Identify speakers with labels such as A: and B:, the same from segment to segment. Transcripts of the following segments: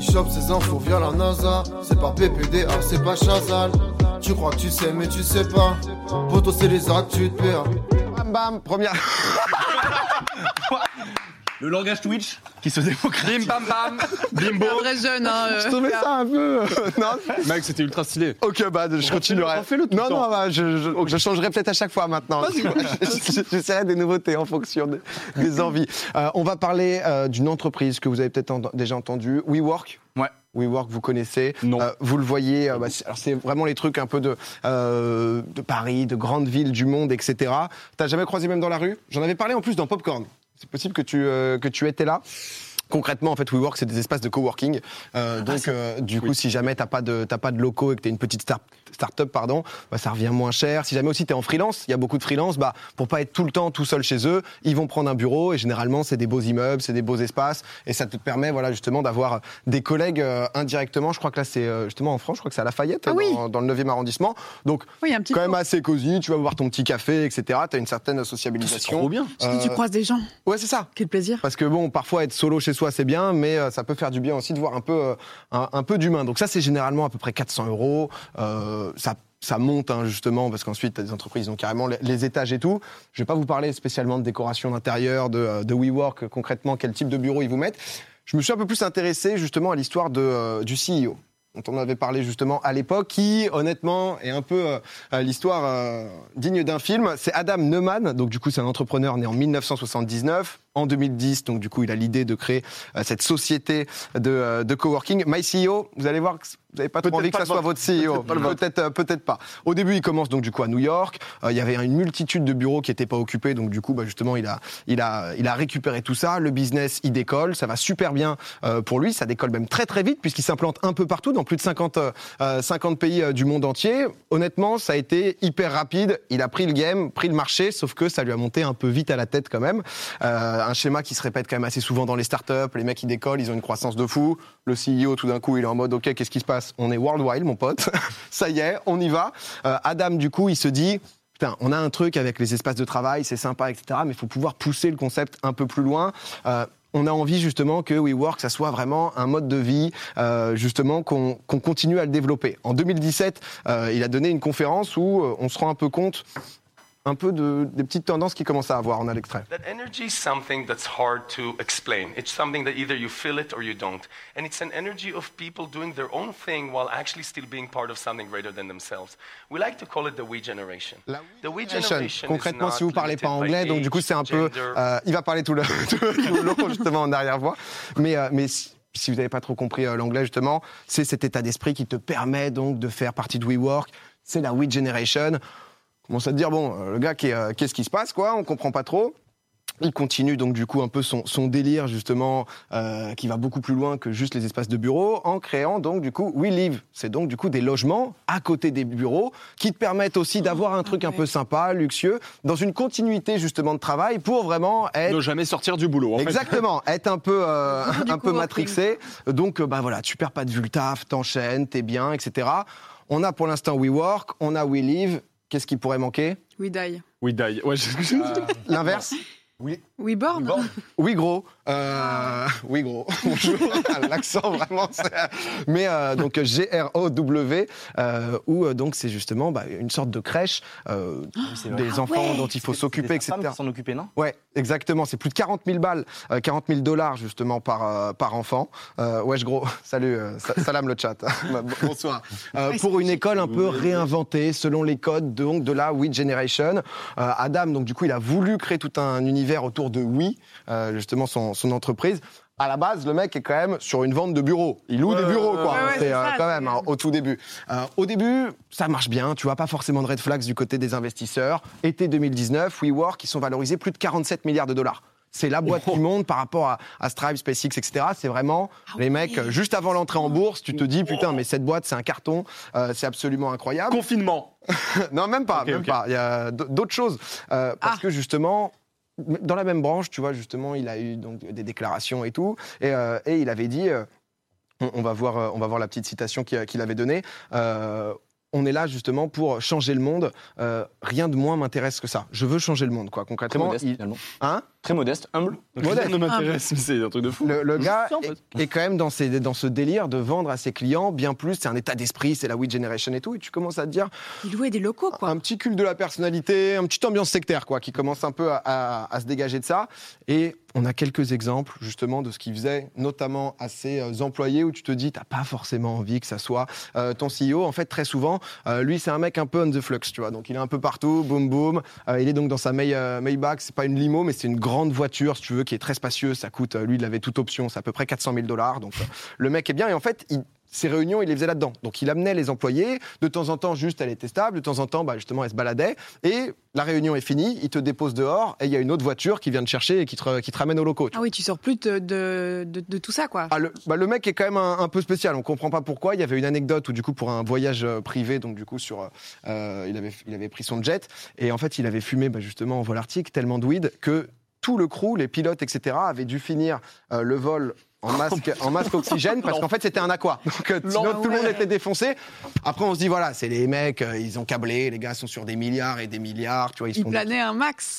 A: chope ces infos via la NASA. C'est pas PPDA, c'est pas Chazal. Tu crois que tu sais, mais tu sais pas. Poto, c'est les actes, tu te perds.
B: Bam bam, première.
C: Le langage Twitch qui se
D: Bim
C: démocratise.
D: bam bam.
B: Bimbo.
D: Un vrai jeune, hein. euh.
B: Je trouvais ça un peu. non
E: Mec, c'était ultra stylé.
B: Ok, bah, je continuerai.
E: refais-le tout le
B: non,
E: temps.
B: non, bah, je, je- je changerai peut-être à chaque fois maintenant. Je- J'essaierai des nouveautés en fonction des, des envies. Euh, on va parler euh, d'une entreprise que vous avez peut-être ent- déjà entendue, WeWork.
C: Ouais.
B: WeWork, vous connaissez.
E: Non.
B: Euh, vous le voyez, euh, bah, c'est- alors c'est vraiment les trucs un peu de, euh, de Paris, de grandes villes, du monde, etc. T'as jamais croisé même dans la rue J'en avais parlé en plus dans Popcorn. C'est possible que tu, euh, que tu étais là. Concrètement, en fait, WeWork, c'est des espaces de coworking. Euh, donc, euh, du coup, si jamais t'as pas de t'as pas de locaux et que t'es une petite star- start-up, pardon, bah, ça revient moins cher. Si jamais aussi t'es en freelance, il y a beaucoup de freelance, bah pour pas être tout le temps tout seul chez eux, ils vont prendre un bureau et généralement c'est des beaux immeubles, c'est des beaux espaces et ça te permet voilà justement d'avoir des collègues euh, indirectement. Je crois que là c'est euh, justement en France, je crois que c'est à Lafayette
D: Ah
B: dans,
D: oui.
B: dans le 9e arrondissement. Donc
D: Oui, il y a un petit.
B: quand même assez cosy, tu vas boire ton petit café, etc. T'as une certaine
E: C'est
B: sociabilisation.
E: trop bien.
D: Surtout, tu
B: Euh,
D: croises des gens.
B: Ouais, c'est ça.
D: Quel plaisir.
B: Parce que bon, parfois être solo chez soi c'est bien, mais euh, ça peut faire du bien aussi de voir un peu, euh, un, un peu d'humain. Donc ça c'est généralement à peu près 400 euros. Euh, ça, ça monte hein, justement parce qu'ensuite t'as des entreprises ont carrément les, les étages et tout. Je vais pas vous parler spécialement de décoration d'intérieur, de, euh, de WeWork euh, concrètement quel type de bureau ils vous mettent. Je me suis un peu plus intéressé justement à l'histoire de, euh, du CEO dont on avait parlé justement à l'époque, qui honnêtement est un peu euh, euh, l'histoire euh, digne d'un film. C'est Adam Neumann, donc du coup c'est un entrepreneur né en 1979. En 2010, donc du coup il a l'idée de créer euh, cette société de, euh, de coworking. My CEO, vous allez voir que c- vous n'avez pas trop
E: Peut-être
B: envie que
E: pas
B: ça soit
E: le vôtre.
B: votre CEO.
E: Peut-être pas le vôtre.
B: Peut-être euh, peut-être pas. Au début il commence donc du coup à New York. Euh, il y avait une multitude de bureaux qui n'étaient pas occupés, donc du coup bah, justement il a, il, a, il a récupéré tout ça. Le business il décolle, ça va super bien euh, pour lui, ça décolle même très très vite puisqu'il s'implante un peu partout dans plus de 50, euh, euh, 50 pays euh, du monde entier. Honnêtement, ça a été hyper rapide. Il a pris le game, pris le marché, sauf que ça lui a monté un peu vite à la tête quand même. Euh, un schéma qui se répète quand même assez souvent dans les startups. Les mecs, ils décollent, ils ont une croissance de fou. Le CEO, tout d'un coup, il est en mode OK, qu'est-ce qui se passe On est worldwide, mon pote. ça y est, on y va. Euh, Adam, du coup, il se dit. Putain, on a un truc avec les espaces de travail, c'est sympa, etc. Mais il faut pouvoir pousser le concept un peu plus loin. Euh, on a envie justement que WeWork, ça soit vraiment un mode de vie, euh, justement, qu'on qu'on continue à le développer. En 2017, euh, il a donné une conférence où euh, on se rend un peu compte un peu de, des petites tendances qu'il commence à avoir. On a l'extrait.
F: That energy is something that's hard to explain. It's something that either you feel it or you don't. And it's an energy of people doing their own thing while actually still being part of something greater than themselves. We like to call it the we generation.
B: La
F: The we
B: Generation.
F: generation is
B: Concrètement,
F: not
B: si vous parlez pas
F: limited by
B: anglais, donc du coup
F: age,
B: c'est un peu,
F: gender,
B: euh, il va parler tout le tout le long justement en arrière-voix, mais euh, mais si, si vous n'avez pas trop compris euh, l'anglais justement, c'est cet état d'esprit qui te permet donc de faire partie de WeWork. C'est la We Generation. Commence à te dire bon, euh, le gars qui est, euh, qu'est-ce qui se passe quoi On comprend pas trop. Il continue donc du coup un peu son, son délire justement euh, qui va beaucoup plus loin que juste les espaces de bureau en créant donc du coup We Live. C'est donc du coup des logements à côté des bureaux qui te permettent aussi d'avoir un truc un peu sympa, luxueux, dans une continuité justement de travail pour vraiment être
E: Ne jamais sortir du boulot. En fait.
B: Exactement, être un peu, euh,
D: Du
B: un peu
D: coworking.
B: matrixé. Donc, euh, bah voilà, tu perds pas de vue le taf, t'enchaînes, t'es bien, etc. On a pour l'instant WeWork, on a WeLive. Qu'est-ce qui pourrait manquer
D: We die.
E: We die. Ouais, je- je-
B: L'inverse
D: We born.
B: Oui, gros. Euh, oui, gros. Bonjour. L'accent, vraiment. c'est- Mais euh, donc, G-R-O-W, euh, où euh, donc c'est justement bah, une sorte de crèche euh,
C: Ah
B: des enfants
D: ouais.
B: dont il faut s'occuper, etc.
C: S'en occuper, non
B: Ouais, exactement. C'est plus de 40 000 balles, euh, 40 000 dollars justement par, euh, par enfant. Euh, wesh gros, salut, euh, sa- salam le chat.
D: Bah,
B: Bonsoir. Euh,
D: Ouais,
B: pour une école un peu réinventée selon les codes donc, de la We Generation. Euh, Adam, donc du coup, il a voulu créer tout un univers autour de We, euh, justement son, son entreprise. À la base, le mec est quand même sur une vente de bureaux. Il loue des bureaux, quoi.
D: ouais, ouais,
B: c'est
D: c'est
B: euh,
D: ça,
B: quand
D: c'est-
B: même hein, au tout début. Euh, au début, ça marche bien. Tu vois pas forcément de red flags du côté des investisseurs. Été 2019, WeWork, ils sont valorisés plus de 47 milliards de dollars. C'est la boîte du monde par rapport à, à Stripe, SpaceX, etc. C'est vraiment les mecs, euh, juste avant l'entrée en bourse, tu te dis, putain, mais cette boîte, c'est un carton, euh, c'est absolument incroyable.
E: Confinement.
B: non, même pas,
E: Ok,
B: même
E: ok.
B: pas. Il y a d- d'autres choses. Euh, parce
D: Ah.
B: que justement, dans la même branche, tu vois, justement, il a eu donc, des déclarations et tout. Et, euh, et il avait dit, euh, on, on va voir, euh, on va voir la petite citation qu'il qu'il avait donnée. Euh, on est là justement pour changer le monde. Euh, rien de moins m'intéresse que ça. Je veux changer le monde, quoi. Concrètement,
C: modeste,
B: il-
E: finalement.
B: Hein
G: très modeste, humble.
E: Donc, rien ne m'intéresse, mais c'est un truc de fou.
B: Le, le gars
E: ça, en
B: est,
E: fait.
B: est quand même dans, ces- dans ce délire de vendre à ses clients bien plus. C'est un état d'esprit, c'est la Weed Generation et tout. Et tu commences à te dire
D: Il louait des locaux, quoi.
B: un petit culte de la personnalité, un petit ambiance sectaire quoi, qui commence un peu à, à- à se dégager de ça. Et on a quelques exemples justement de ce qu'il faisait, notamment à ses euh, employés, où tu te dis t'as pas forcément envie que ça soit euh, ton CEO. En fait, très souvent, euh, lui c'est un mec un peu on the flux, tu vois. Donc il est un peu partout, boum boum. Euh, il est donc dans sa May- euh, Maybach, c'est pas une limo, mais c'est une grande voiture, si tu veux, qui est très spacieuse. Ça coûte, euh, lui il avait toute option, c'est à peu près 400 000 dollars. Donc euh, le mec est bien. Et en fait, il ses réunions, il les faisait là-dedans. Donc il amenait les employés, de temps en temps juste elle était stable, de temps en temps bah, justement elle se baladait, et la réunion est finie, il te dépose dehors, et il y a une autre voiture qui vient te chercher et qui te, re- qui te ramène au loco. tu
D: Ah oui, tu sors plus de, de, de- de tout ça, quoi.
B: ah, le, bah, le mec est quand même un, un peu spécial. On comprend pas pourquoi. Il y avait une anecdote où du coup pour un voyage euh, privé, donc du coup sur, euh, il avait il avait pris son jet et en fait il avait fumé bah, justement en vol arctique tellement de weed que tout le crew, les pilotes, etc., avaient dû finir euh, le vol. En masque, en masque oxygène, parce qu'en fait c'était un aqua. Donc euh, sinon, tout le monde était défoncé. Après on se dit voilà, c'est les mecs, euh, ils ont câblé, les gars sont sur des milliards et des milliards, tu vois, ils
D: Il
B: sont.
D: planait un max.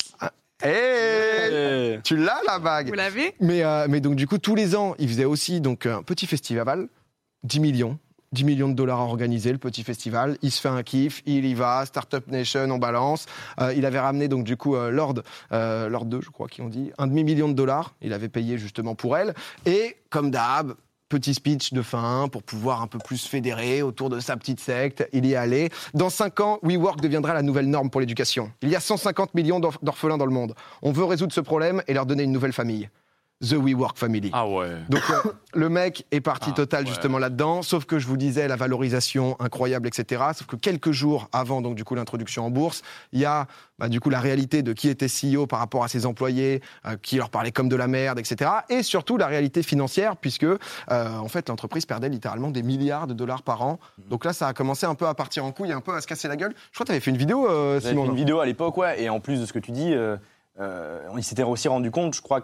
B: Hey
E: Eh.
B: tu l'as la bague
D: Vous l'avez
B: mais, euh, mais donc, du coup, tous les ans, il faisait aussi donc, un petit festival, 10 millions. 10 millions de dollars à organiser, le petit festival. Il se fait un kiff, il y va, Startup Nation, on balance. Euh, il avait ramené, donc, du coup, euh, Lord, euh, Lord 2, je crois, qui ont dit, un demi-million de dollars. Il avait payé justement pour elle. Et, comme d'hab, petit speech de fin pour pouvoir un peu plus fédérer autour de sa petite secte. Il y est allé. Dans 5 ans, WeWork deviendra la nouvelle norme pour l'éducation. Il y a 150 millions d'orph- d'orphelins dans le monde. On veut résoudre ce problème et leur donner une nouvelle famille. The WeWork Family.
E: Ah ouais.
B: Donc euh, le mec est parti
E: Ah,
B: total
E: ouais.
B: justement là-dedans, sauf que je vous disais la valorisation incroyable, etc. Sauf que quelques jours avant donc du coup l'introduction en bourse, il y a bah, du coup la réalité de qui était CEO par rapport à ses employés, euh, qui leur parlait comme de la merde, etc. Et surtout la réalité financière puisque euh, en fait l'entreprise perdait littéralement des milliards de dollars par an.
E: Hmm.
B: Donc là ça a commencé un peu à partir en couille, un peu à se casser la gueule. Je crois que tu avais fait une vidéo, euh,
G: J'avais fait
B: Simon.
G: une
B: non
G: vidéo à l'époque, ouais, et en plus de ce que tu dis, euh, euh, il s'était aussi rendu compte, je crois,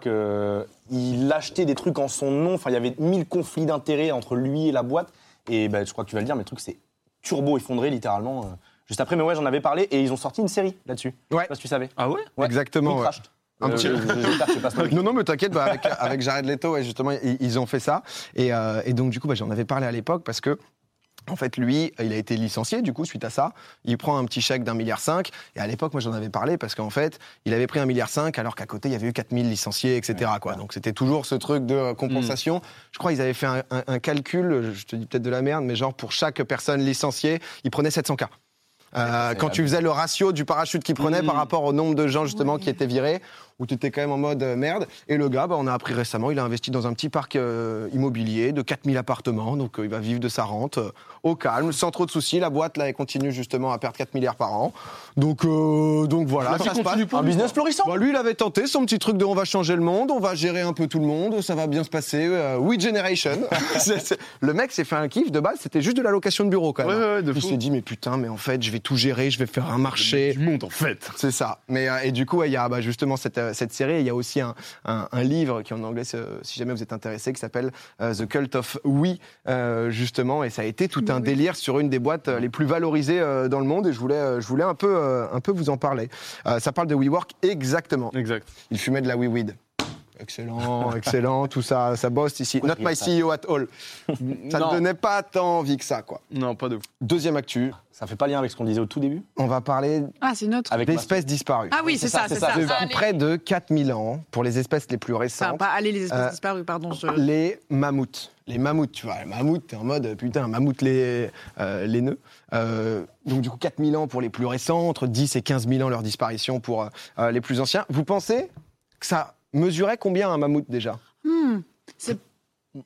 G: qu'il achetait des trucs en son nom. Enfin, il y avait mille conflits d'intérêts entre lui et la boîte. Et ben, je crois que tu vas le dire, mais le truc, c'est turbo effondré, littéralement, euh, juste après. Mais ouais, j'en avais parlé, et ils ont sorti une série là-dessus. Je
B: Ouais.
G: sais pas si tu savais.
E: Ah ouais
G: Ouais. euh,
B: Exactement.
G: We
B: ouais.
G: Crashed.
B: Un petit-
G: je- je- je- je sais pas ce que-
B: Non, non, mais t'inquiète, bah, avec, avec Jared Leto, ouais, justement, ils, ils ont fait ça. Et, euh, et donc, du coup, bah, j'en avais parlé à l'époque parce que. En fait, lui, il a été licencié, du coup, suite à ça. Il prend un petit chèque d'un milliard cinq. Et à l'époque, moi, j'en avais parlé parce qu'en fait, il avait pris un milliard cinq alors qu'à côté, il y avait eu 4000 licenciés, etc. quoi. Donc, c'était toujours ce truc de euh, compensation. Je crois qu'ils avaient fait un, un- un calcul, je te dis peut-être de la merde, mais genre, pour chaque personne licenciée, ils prenaient 700K. Euh, quand tu faisais le ratio du parachute qu'il prenait par rapport au nombre de gens justement qui étaient virés, où tu étais quand même en mode euh, merde. Et le gars, bah, on a appris récemment, il a investi dans un petit parc euh, immobilier de 4000 appartements, donc euh, il va vivre de sa rente euh, au calme, sans trop de soucis. La boîte, là, elle continue justement à perdre 4 milliards par an. Donc, euh, donc voilà, ça se passe.
G: Un business florissant.
B: Bon, lui, il avait tenté son petit truc de on va changer le monde, on va gérer un peu tout le monde, ça va bien se passer. euh, We Generation. C'est- c'est- Le mec s'est fait un kiff de base, c'était juste de la location de bureau quand même. hein.
E: Ouais, ouais, ouais, de
B: il
E: fou.
B: s'est dit, mais putain, mais en fait, je vais tout gérer, je vais faire un marché.
E: Du monde, en fait.
B: C'est ça. Mais, euh, et du coup, ouais, il y a bah, justement cette, euh, cette série. et Il y a aussi un, un- un livre qui, en anglais, se- si jamais vous êtes intéressé, qui s'appelle euh, The Cult of We, euh, justement. Et ça a été tout un
D: Oui.
B: délire sur une des boîtes euh, les plus valorisées euh, dans le monde. Et je voulais, euh, je voulais un, peu, euh, un peu vous en parler. Euh, ça parle de WeWork exactement.
E: Exact.
B: Il fumait de la wee weed. Excellent, excellent, tout ça, ça bosse ici. Not my CEO at all. Ça ne
E: Non.
B: donnait pas tant envie que ça, quoi.
E: Non, pas de fou.
B: Deuxième actu,
G: Ça fait pas lien avec ce qu'on disait au tout début.
B: on va parler
D: Ah, c'est notre.
G: Avec ma-
B: d'espèces disparues.
D: Ah oui, c'est ça, c'est ça.
B: Depuis près de 4000 ans, pour les espèces les plus
D: Enfin,
B: récentes,
D: pas aller les
B: Euh,
D: espèces disparues, pardon. je-
B: les mammouths. Les mammouths, tu vois, les mammouths, t'es en mode, euh, putain, mammouth les, euh, les nœuds. Euh, donc du coup, 4000 ans pour les plus récents, entre 10 et 15 000 ans leur disparition pour euh, euh, les plus anciens. Vous pensez que ça mesurait combien un mammouth déjà
D: Hmm, c'est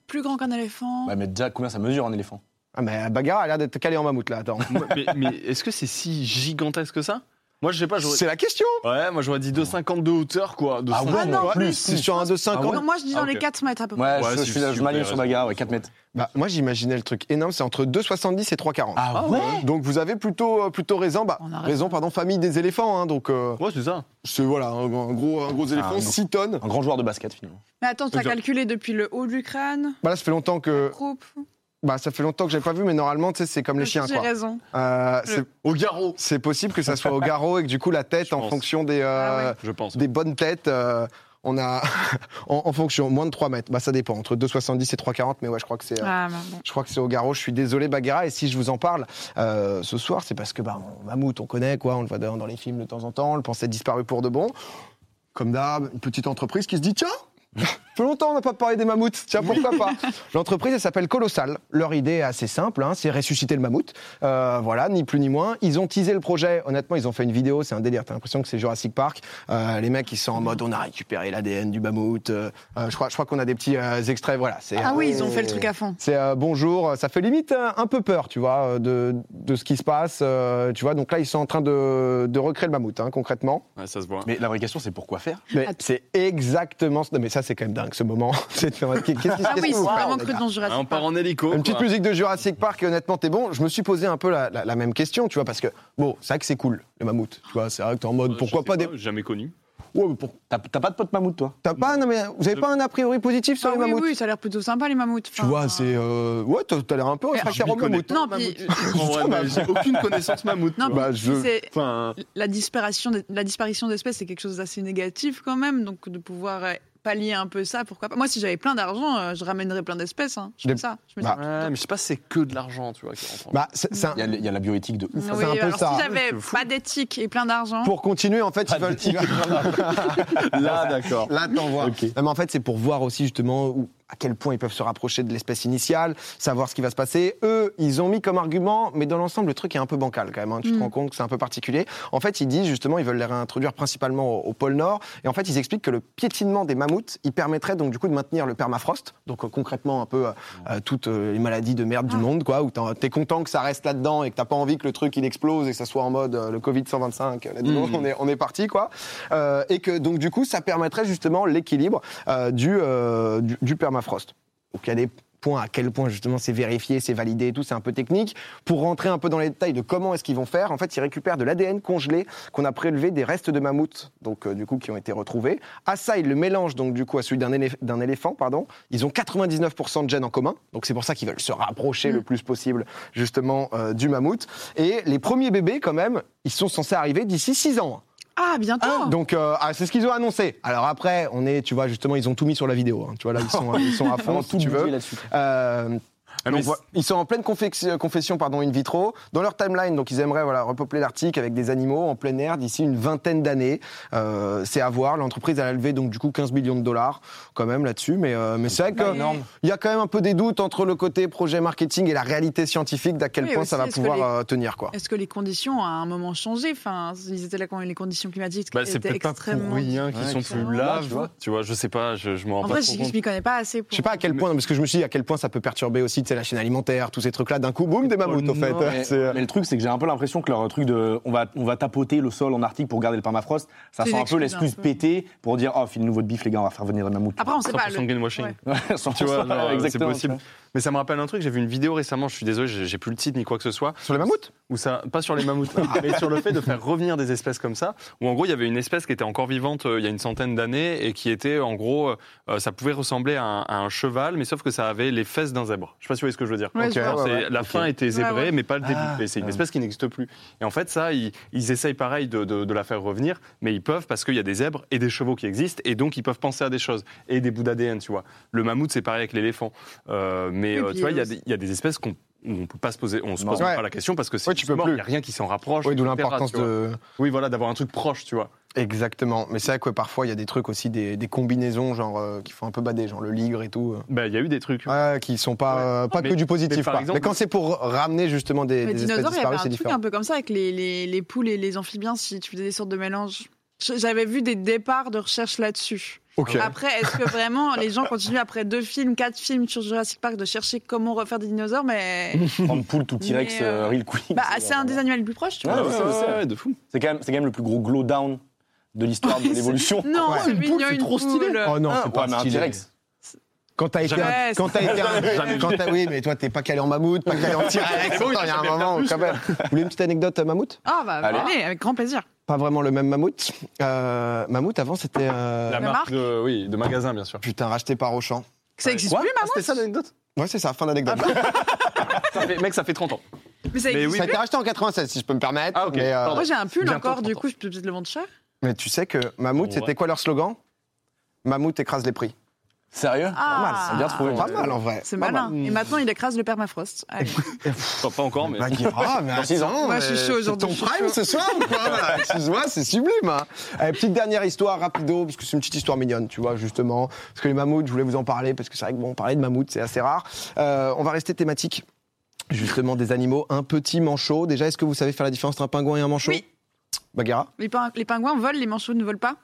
D: plus grand qu'un éléphant.
G: Ouais, mais déjà, combien ça mesure un éléphant
B: Ah mais Bagara a l'air d'être calé en mammouth là, attends.
E: mais mais est-ce que c'est si gigantesque que ça Moi, Ah, je sais pas. j'aurais-
B: C'est la question
E: Ouais, moi, j'aurais dit 2,50 de hauteur, quoi. De
G: Ah
E: cinq-
G: ouais,
D: non,
E: Ouais.
D: plus.
B: C'est sur un 2,50
E: Ah ouais
D: Non, moi, je dis dans
E: Ah,
D: les
E: ok.
D: 4 mètres à peu près.
G: Ouais,
E: Ouais,
G: je,
E: si,
G: je
E: si,
G: suis, je
E: vous
G: m'aligne
E: avez
G: sur
E: raison.
G: bagarre, ouais, 4 mètres.
B: Bah, Moi j'imaginais le truc énorme, c'est entre 2,70 et 3,40.
G: Ah ouais
B: Donc vous avez plutôt, euh, plutôt raison, bah,
D: On arrête.
B: raison pardon, famille des éléphants, hein, donc euh,
E: Ouais, c'est ça.
B: c'est voilà, un, un gros, un
E: Ah,
B: gros éléphant,
G: non.
B: 6 tonnes.
G: Un grand joueur de basket, finalement.
D: Mais attends, tu as
E: Exact.
D: calculé depuis le haut du crâne,
B: Bah, là ça fait longtemps que,
D: croupe.
B: bah, ça fait longtemps que j'avais pas vu, mais normalement tu sais c'est comme les chiens
D: J'ai
B: quoi.
D: raison.
B: Euh, c'est-
E: Au garrot,
B: c'est possible que ça soit au garrot et que du coup la tête
E: Je
B: en
E: pense.
B: fonction des, euh,
D: Ah ouais.
E: je pense.
B: des bonnes têtes. euh, on a en, en fonction moins de 3 mètres. Bah ça dépend entre 2,70 et 3,40, mais ouais, je crois que c'est. euh,
D: Ah, bon.
B: Je crois que c'est au garrot. Je suis désolé, Bagheera. Et si je vous en parle euh, ce soir, c'est parce que bah, on- Mammouth, on connaît, quoi. On le voit dans, dans les films de temps en temps. On le pensait disparu pour de bon. Comme d'hab, une petite entreprise qui se dit tiens, fait longtemps on n'a pas parlé des mammouths. Tiens, pourquoi pas L'entreprise, elle s'appelle Colossal. Leur idée est assez simple hein, c'est ressusciter le mammouth. Euh, voilà, ni plus ni moins. Ils ont teasé le projet. Honnêtement, ils ont fait une vidéo. C'est un délire. T'as l'impression que c'est Jurassic Park. Euh, les mecs, ils sont en mode on a récupéré l'ADN du mammouth. Euh, euh, je crois, je crois qu'on a des petits euh, extraits. Voilà. c'est-
D: ah oui, ils ont fait le truc à fond.
B: c'est euh, bonjour, ça fait limite un, un peu peur, tu vois, euh, de, de ce qui se passe, euh, tu vois. Donc là, ils sont en train de, de recréer le mammouth, hein, concrètement.
E: Ouais, ça se voit.
G: Mais la vraie question, c'est pourquoi faire
B: Mais
D: Ah,
B: c'est exactement. ce- Non, mais ça, c'est quand même dingue, ce moment. c'est de faire- Qu'est-ce qui
D: Ah
B: qu'est-ce
D: oui,
B: que
D: ils
B: vous
D: sont
B: faites,
D: vraiment
B: les
D: cru
B: gars
D: dans Jurassic
E: Ah, On part
D: Park.
E: en hélico.
B: une petite
E: quoi.
B: musique de Jurassic Park et honnêtement t'es bon je me suis posé un peu la, la- la même question tu vois parce que bon c'est vrai que c'est cool le mammouth tu vois c'est vrai que t'es en mode
E: Ouais,
B: pourquoi
E: Euh, je sais
B: pas, des
E: Jamais connu.
B: ouais, mais pour-
G: T'as t'as pas de pote mammouth, toi
B: t'as pas non mais vous avez pas un a priori positif sur
D: Ah
B: les
D: oui,
B: mammouths
D: oui, ça a l'air plutôt sympa les mammouths.
B: tu vois c'est euh, ouais t'as t'as l'air un peu réfractaire
E: m'y
B: au
E: connais
B: mammouth hein.
D: Non, puis,
E: En vrai, mais j'ai aucune connaissance mammouth.
D: non,
E: tu vois.
B: bah
D: puis
B: je
D: c'est-
E: Enfin,
D: la disparition, des- la disparition d'espèces, c'est quelque chose d'assez négatif quand même. Donc de pouvoir euh, pallier un peu ça, pourquoi pas. Moi, si j'avais plein d'argent, euh, je ramènerais plein d'espèces. hein. Je
B: Des-
D: fais ça. Je me
B: Bah,
E: ouais, mais je sais pas si c'est que de l'argent, tu vois. qui rentre en-
B: bah c'est c'est un-
G: Il y, a le- il y a la bioéthique de ouf.
B: c'est
D: Oui,
B: un peu
D: alors
B: ça.
D: si j'avais pas d'éthique et plein d'argent,
B: Pour continuer, en fait, ils veulent. ils veulent-
G: Là, d'accord.
B: Là, t'en vois.
G: Ok.
B: Non, mais en fait, c'est pour voir aussi justement où- à quel point ils peuvent se rapprocher de l'espèce initiale, savoir ce qui va se passer. Eux, ils ont mis comme argument, mais dans l'ensemble, le truc est un peu bancal quand même. hein. Tu te
D: Mm.
B: rends compte que c'est un peu particulier. En fait, ils disent justement, ils veulent les réintroduire principalement au, au pôle Nord. Et en fait, ils expliquent que le piétinement des mammouths, il permettrait donc du coup de maintenir le permafrost. Donc euh, concrètement, un peu euh, euh, toutes euh, les maladies de merde du
D: Ah.
B: monde, quoi, où t'en- t'es content que ça reste là-dedans et que t'as pas envie que le truc il explose et que ça soit en mode euh, le Covid 125, euh, let's go, on est on est parti quoi. Euh, et que donc du coup ça permettrait justement l'équilibre euh, du, euh, du du permafrost. Donc il y a des points à quel point justement c'est vérifié, c'est validé, et tout c'est un peu technique. Pour rentrer un peu dans les détails de comment est-ce qu'ils vont faire, en fait ils récupèrent de l'ADN congelé qu'on a prélevé des restes de mammouths, donc euh, du coup qui ont été retrouvés. À ça ils le mélangent donc du coup à celui d'un élé- d'un éléphant, pardon. Ils ont 99% de gènes en commun, donc c'est pour ça qu'ils veulent se rapprocher le plus possible justement euh, du mammouth. Et les premiers bébés quand même, ils sont censés arriver d'ici 6 ans.
D: ah bientôt.
B: Donc euh, ah, c'est ce qu'ils ont annoncé. Alors après, on est, tu vois, justement, ils ont tout mis sur la vidéo. hein. Tu vois là, ils sont, ils sont à fond,
G: Vraiment
B: si
G: tout
B: tu
G: budget
B: veux.
G: là-dessus.
B: Euh,
E: Ah,
B: donc
E: mais
B: voilà, ils sont en pleine confex- euh, confession pardon, in vitro. Dans leur timeline, donc ils aimeraient voilà, repeupler l'Arctique avec des animaux en plein air d'ici une vingtaine d'années. Euh, c'est à voir. L'entreprise elle a levé donc du coup 15 millions de dollars quand même là-dessus. Mais, euh, mais c'est vrai
D: Bah,
B: que-
D: énorme.
B: il y a quand même un peu des doutes entre le côté projet marketing et la réalité scientifique d'à quel
D: Oui,
B: point
D: aussi,
B: ça va
D: est-ce que
B: pouvoir
D: les-
B: euh, tenir. Quoi.
D: Est-ce que les conditions à un moment ont changé Enfin, ils étaient là quand les conditions climatiques
E: Bah, c'est
D: étaient
E: peut-être pas
D: extrêmement.
E: pour rien qu'ils
G: Ouais,
E: sont plus
D: extrêmement
E: là,
G: bas, tu
E: tu
G: vois.
E: vois. Tu vois, je sais pas, je, je m'en
D: En
E: rends
D: vrai,
E: pas
D: je
E: trop
D: je
E: compte.
D: m'y connais pas assez. Pour...
B: Je sais pas à quel point, parce que je me suis dit à quel point ça peut perturber aussi tu sais, la chaîne alimentaire, tous ces trucs-là. D'un coup, boum, des mammouths, au fait.
G: Non, mais,
B: C'est, euh,
G: mais le truc, c'est que j'ai un peu l'impression que leur truc de on va, on va tapoter le sol en Arctique pour garder le permafrost, ça
D: C'est une
G: sent un peu
D: excuse,
G: l'excuse
D: un peu.
G: pétée pour dire oh, file-nous votre bif, les gars, on va faire venir les mammouths.
D: Après, on sait pas.
E: 100% de
D: Le...
E: greenwashing.
D: Ouais.
E: Tu vois, non, c'est possible.
G: tu
E: Mais ça me rappelle un truc, j'ai vu une vidéo récemment, je suis désolé, j'ai j'ai plus le titre ni quoi que ce soit,
B: Sur les mammouths
E: où ça, pas sur les mammouths, mais sur le fait de faire revenir des espèces comme ça, où en gros il y avait une espèce qui était encore vivante euh, il y a une centaine d'années et qui était en gros, euh, ça pouvait ressembler à un, à un cheval, mais sauf que ça avait les fesses d'un zèbre. Je sais pas si vous voyez ce que je veux dire.
D: Ouais, je
E: Genre,
B: vois.
E: c'est- La fin était zébrée,
D: Ouais, ouais.
E: mais pas le début.
G: Ah,
E: Et c'est une
G: ouais.
E: espèce qui n'existe plus. Et en fait, ça, ils, ils essayent pareil de, de- de la faire revenir, mais ils peuvent parce qu'il y a des zèbres et des chevaux qui existent, et donc ils peuvent penser à des choses et des bouts d'ADN, tu vois. Le mammouth, c'est pareil avec l'éléphant. Euh, mais
D: Oui,
E: euh,
D: puis
E: tu vois, il y, a
D: aussi-
E: des- il y a des espèces qu'on où on peut pas se poser, on se
G: Non.
E: pose même
B: Ouais.
E: pas la question parce que c'est
B: Ouais, tu peux
E: mort,
B: plus.
E: il n'y a rien qui s'en rapproche.
B: Oui, d'où
E: etc.,
B: l'importance
E: tu vois.
B: de.
E: Oui, voilà, d'avoir un truc proche, tu vois.
B: Exactement. Mais c'est vrai que parfois, il y a des trucs aussi, des, des combinaisons, genre, euh, qui font un peu bader, genre le ligre et tout. euh.
E: Ben, il y a eu des trucs.
B: Ouais, qui sont pas,
E: Ouais.
B: euh, pas
E: Mais-
B: que du positif.
E: mais par
B: quoi.
E: exemple-
B: mais quand c'est pour ramener justement des,
D: Les
B: des espèces
D: dinosaures, il y avait
B: disparues,
D: un
B: c'est
D: truc
B: différent.
D: un peu comme ça avec les, les, les poules et les amphibiens, si tu faisais des sortes de mélanges. Je- J'avais vu des départs de recherche là-dessus.
B: Ok.
D: Après, est-ce que vraiment les gens continuent après deux films, quatre films sur Jurassic Park de chercher comment refaire des dinosaures Mais
G: Prendre poule tout T-Rex,
D: Mais, euh,
G: euh, real quick.
D: bah, c'est un des animaux les plus proches, tu vois.
E: Ah,
G: Ouais, ouais, ouais, ouais,
E: de fou.
G: C'est quand, même- c'est quand même le plus gros glow down de l'histoire de
D: Ouais, c'est-
G: l'évolution.
D: Non,
B: Ouais.
D: c'est
B: Une poule,
D: mignon,
B: c'est
D: une
B: trop stylé.
D: poule.
B: Oh non,
G: Ah,
B: c'est pas
G: ouais, mais un
B: stylé.
G: T-Rex.
B: Quand t'as été, un-
D: Jamais.
B: quand t'as été, un-
E: Jamais.
B: quand t'as- oui, mais toi t'es pas calé en mammouth, pas calé en T-Rex. Attends, Il y a un moment où quand même. Vous voulez une petite anecdote euh, mammouth
D: Ah bah
G: Allez.
D: allez, avec grand plaisir.
B: Pas vraiment le même mammouth. Euh, mammouth avant c'était euh,
E: La,
D: marque.
E: marque, de, oui, de magasin, bien sûr.
B: putain racheté par Auchan.
D: Ça existe plus
E: Ah, C'était ça l'anecdote
B: Ouais, c'est ça. Fin d'anecdote.
E: Ça fait- Ah, Mec, ça fait 30 ans.
D: Mais ça
E: Mais
D: existe
E: oui.
B: Ça a
D: plus.
B: été racheté en 96, si je peux me permettre.
E: Ah, ok.
B: mais, euh,
E: Pardon.
D: Moi j'ai un pull
E: Bientôt
D: encore, du
E: 30 ans.
D: coup je peux peut-être le vendre cher.
B: mais tu sais que Mammouth,
E: Ouais.
B: c'était quoi leur slogan Mammouth écrase les prix.
G: Sérieux
D: Ah.
G: C'est bien trouvé.
B: Pas mal en vrai.
D: C'est
B: Pas
D: malin. Et
B: mm.
D: maintenant, il écrase le permafrost. Allez.
E: Enfin, pas encore, mais.
B: Bah, Guira, mais
G: Dans six ans.
B: attends,
D: Moi, je suis
B: mais
D: chaud
B: euh, c'est
D: aujourd'hui,
B: Ton
D: je suis
B: prime
D: chaud.
B: ce soir ou quoi Voilà, Excuse-moi, c'est sublime. hein. Euh, petite dernière histoire rapido, parce que c'est une petite histoire mignonne, tu vois, justement. Parce que les mammouths, je voulais vous en parler, parce que c'est vrai que bon, parler de mammouths, c'est assez rare. Euh, on va rester thématique. Justement, des animaux, un petit manchot. Déjà, est-ce que vous savez faire la différence entre un pingouin et un manchot
D: Oui.
B: Bagheera
D: Les, pin- les pingouins volent, les manchots ne volent pas.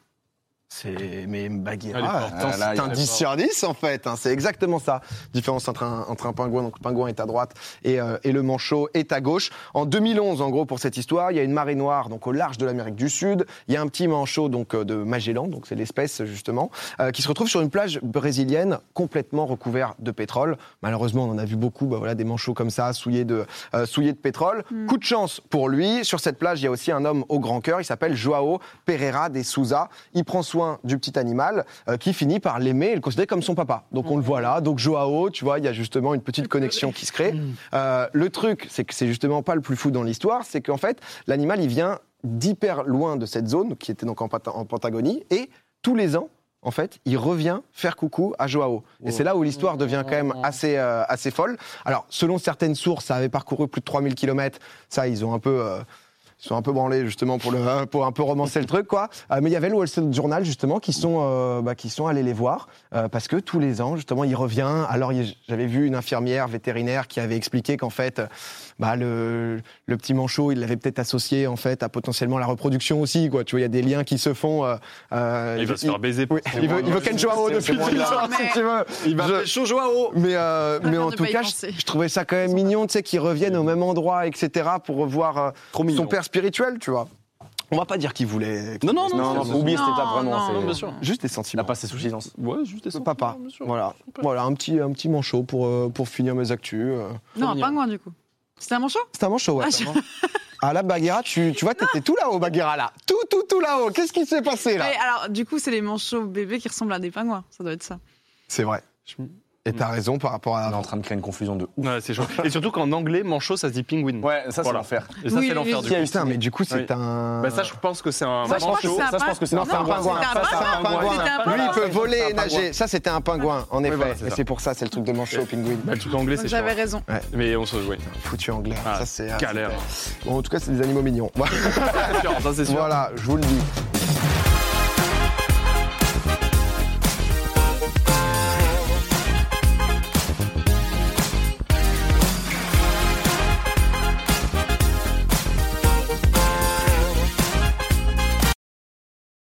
B: C'est. Mais euh,
E: Elle est
B: Bagheera,
E: forte.
B: attends,
G: Ah là, il
B: c'est un
G: est
B: 10
G: fort.
B: sur 10 en fait. hein, c'est exactement ça. Différence entre un, entre un pingouin, donc le pingouin est à droite et, euh, et le manchot est à gauche. En 2011, en gros, pour cette histoire, il y a une marée noire donc au large de l'Amérique du Sud. Il y a un petit manchot donc euh, de Magellan, donc c'est l'espèce justement, euh, qui se retrouve sur une plage brésilienne complètement recouverte de pétrole. Malheureusement, on en a vu beaucoup, bah voilà, des manchots comme ça souillés de, euh, souillés de pétrole. Coup de chance pour lui. Sur cette plage, il y a aussi un homme au grand cœur. Il s'appelle Joao Pereira de Souza. Il prend soin du petit animal euh, qui finit par l'aimer et le considérer comme son papa. Donc on le voit là. Donc Joao, tu vois, il y a justement une petite connexion qui se crée. Euh, le truc, c'est que c'est justement pas le plus fou dans l'histoire, c'est qu'en fait, l'animal, il vient d'hyper loin de cette zone, qui était donc en, Pata- en Patagonie, et tous les ans, en fait, il revient faire coucou à Joao. Et c'est là où l'histoire devient quand même assez, euh, assez folle. Alors, selon certaines sources, ça avait parcouru plus de 3000 km. Ça, ils ont un peu... euh, ils sont un peu branlés justement pour, le, pour un peu romancer le truc quoi. Euh, mais il y avait le Wall Street Journal justement qui sont, euh, bah, qui sont allés les voir euh, parce que tous les ans justement il revient. Alors il- j'avais vu une infirmière vétérinaire qui avait expliqué qu'en fait euh, bah, le, le petit manchot il l'avait peut-être associé en fait à potentiellement la reproduction aussi quoi. Tu vois il y a des liens qui se font. euh, euh,
E: Il va se faire baiser.
B: oui, il veut, il veut Ken Joao
G: c'est-
B: depuis
G: c'est
B: tout
G: moins
B: le
D: grave.
B: temps, si tu veux. Il va pécho Joao. Mais, euh, mais
D: bien
B: en
D: de
B: tout
D: pas y
B: cas, je,
D: penser.
B: je trouvais ça quand même mignon, tu sais, qu'ils reviennent au même endroit, etc., pour revoir euh, son
E: mignon.
B: père spirituel, tu vois. On va pas dire qu'il voulait.
E: Non, non, non,
G: Non, non,
E: non.
G: faut oublier cette
D: Non,
G: étape vraiment.
D: non,
G: c'est-
D: non,
E: bien sûr.
B: Juste des
G: Il a
B: sentiments.
G: passé sous silence.
E: Ouais, juste des
B: Papa.
E: sentiments, bien sûr.
B: Voilà, voilà un, petit, un petit manchot pour, euh, pour finir mes actus. euh.
D: Non, un
E: mignon.
D: pingouin, du coup. C'était un manchot
B: C'est un manchot, ouais.
D: Ah, je-
B: Ah là, Bagheera, tu, tu vois, t'étais tout là-haut, Bagheera, là. Tout, tout, tout là-haut. Qu'est-ce qui s'est passé, là
D: Ouais, Alors, du coup, c'est les manchots bébés qui ressemblent à des pingouins. Ça doit être ça.
B: C'est vrai. Et t'as raison par rapport
G: On est
B: à.
G: en train de créer une confusion de ouf.
E: Ouais, c'est chaud. Et surtout qu'en anglais, manchot, ça se dit pingouin.
G: Ouais, ça c'est
E: Voilà.
G: l'enfer.
E: Et ça,
D: Oui,
E: c'est
D: oui,
E: l'enfer
D: oui.
E: du coup.
G: Qui a eu
B: Putain,
G: ça
B: mais du coup, c'est
E: Oui.
B: un.
E: Bah, ça, je pense que c'est un
D: Ça, je pense
E: manchot.
D: que c'est un
G: ça, je pense que c'est
B: Non, c'est un pingouin.
D: c'était un
B: Ça, c'est
D: pingouin.
B: un pingouin.
D: C'était un
B: Lui,
D: pingouin.
B: Ah, il peut voler
G: C'est un
B: et
G: pingouin.
B: nager. Ça, c'était un pingouin, en effet.
E: voilà, c'est
B: Et
E: ça.
B: c'est pour ça, c'est le truc de manchot, pingouin.
E: Bah, le truc anglais, c'est
D: J'avais
E: chiant.
D: raison.
E: Mais on se. Oui.
B: Foutu anglais.
E: Ah,
B: ça, c'est. euh,
E: Galère.
B: Bon, en tout cas, c'est des animaux mignons.
E: Ça, c'est sûr.
B: voilà, je vous le dis.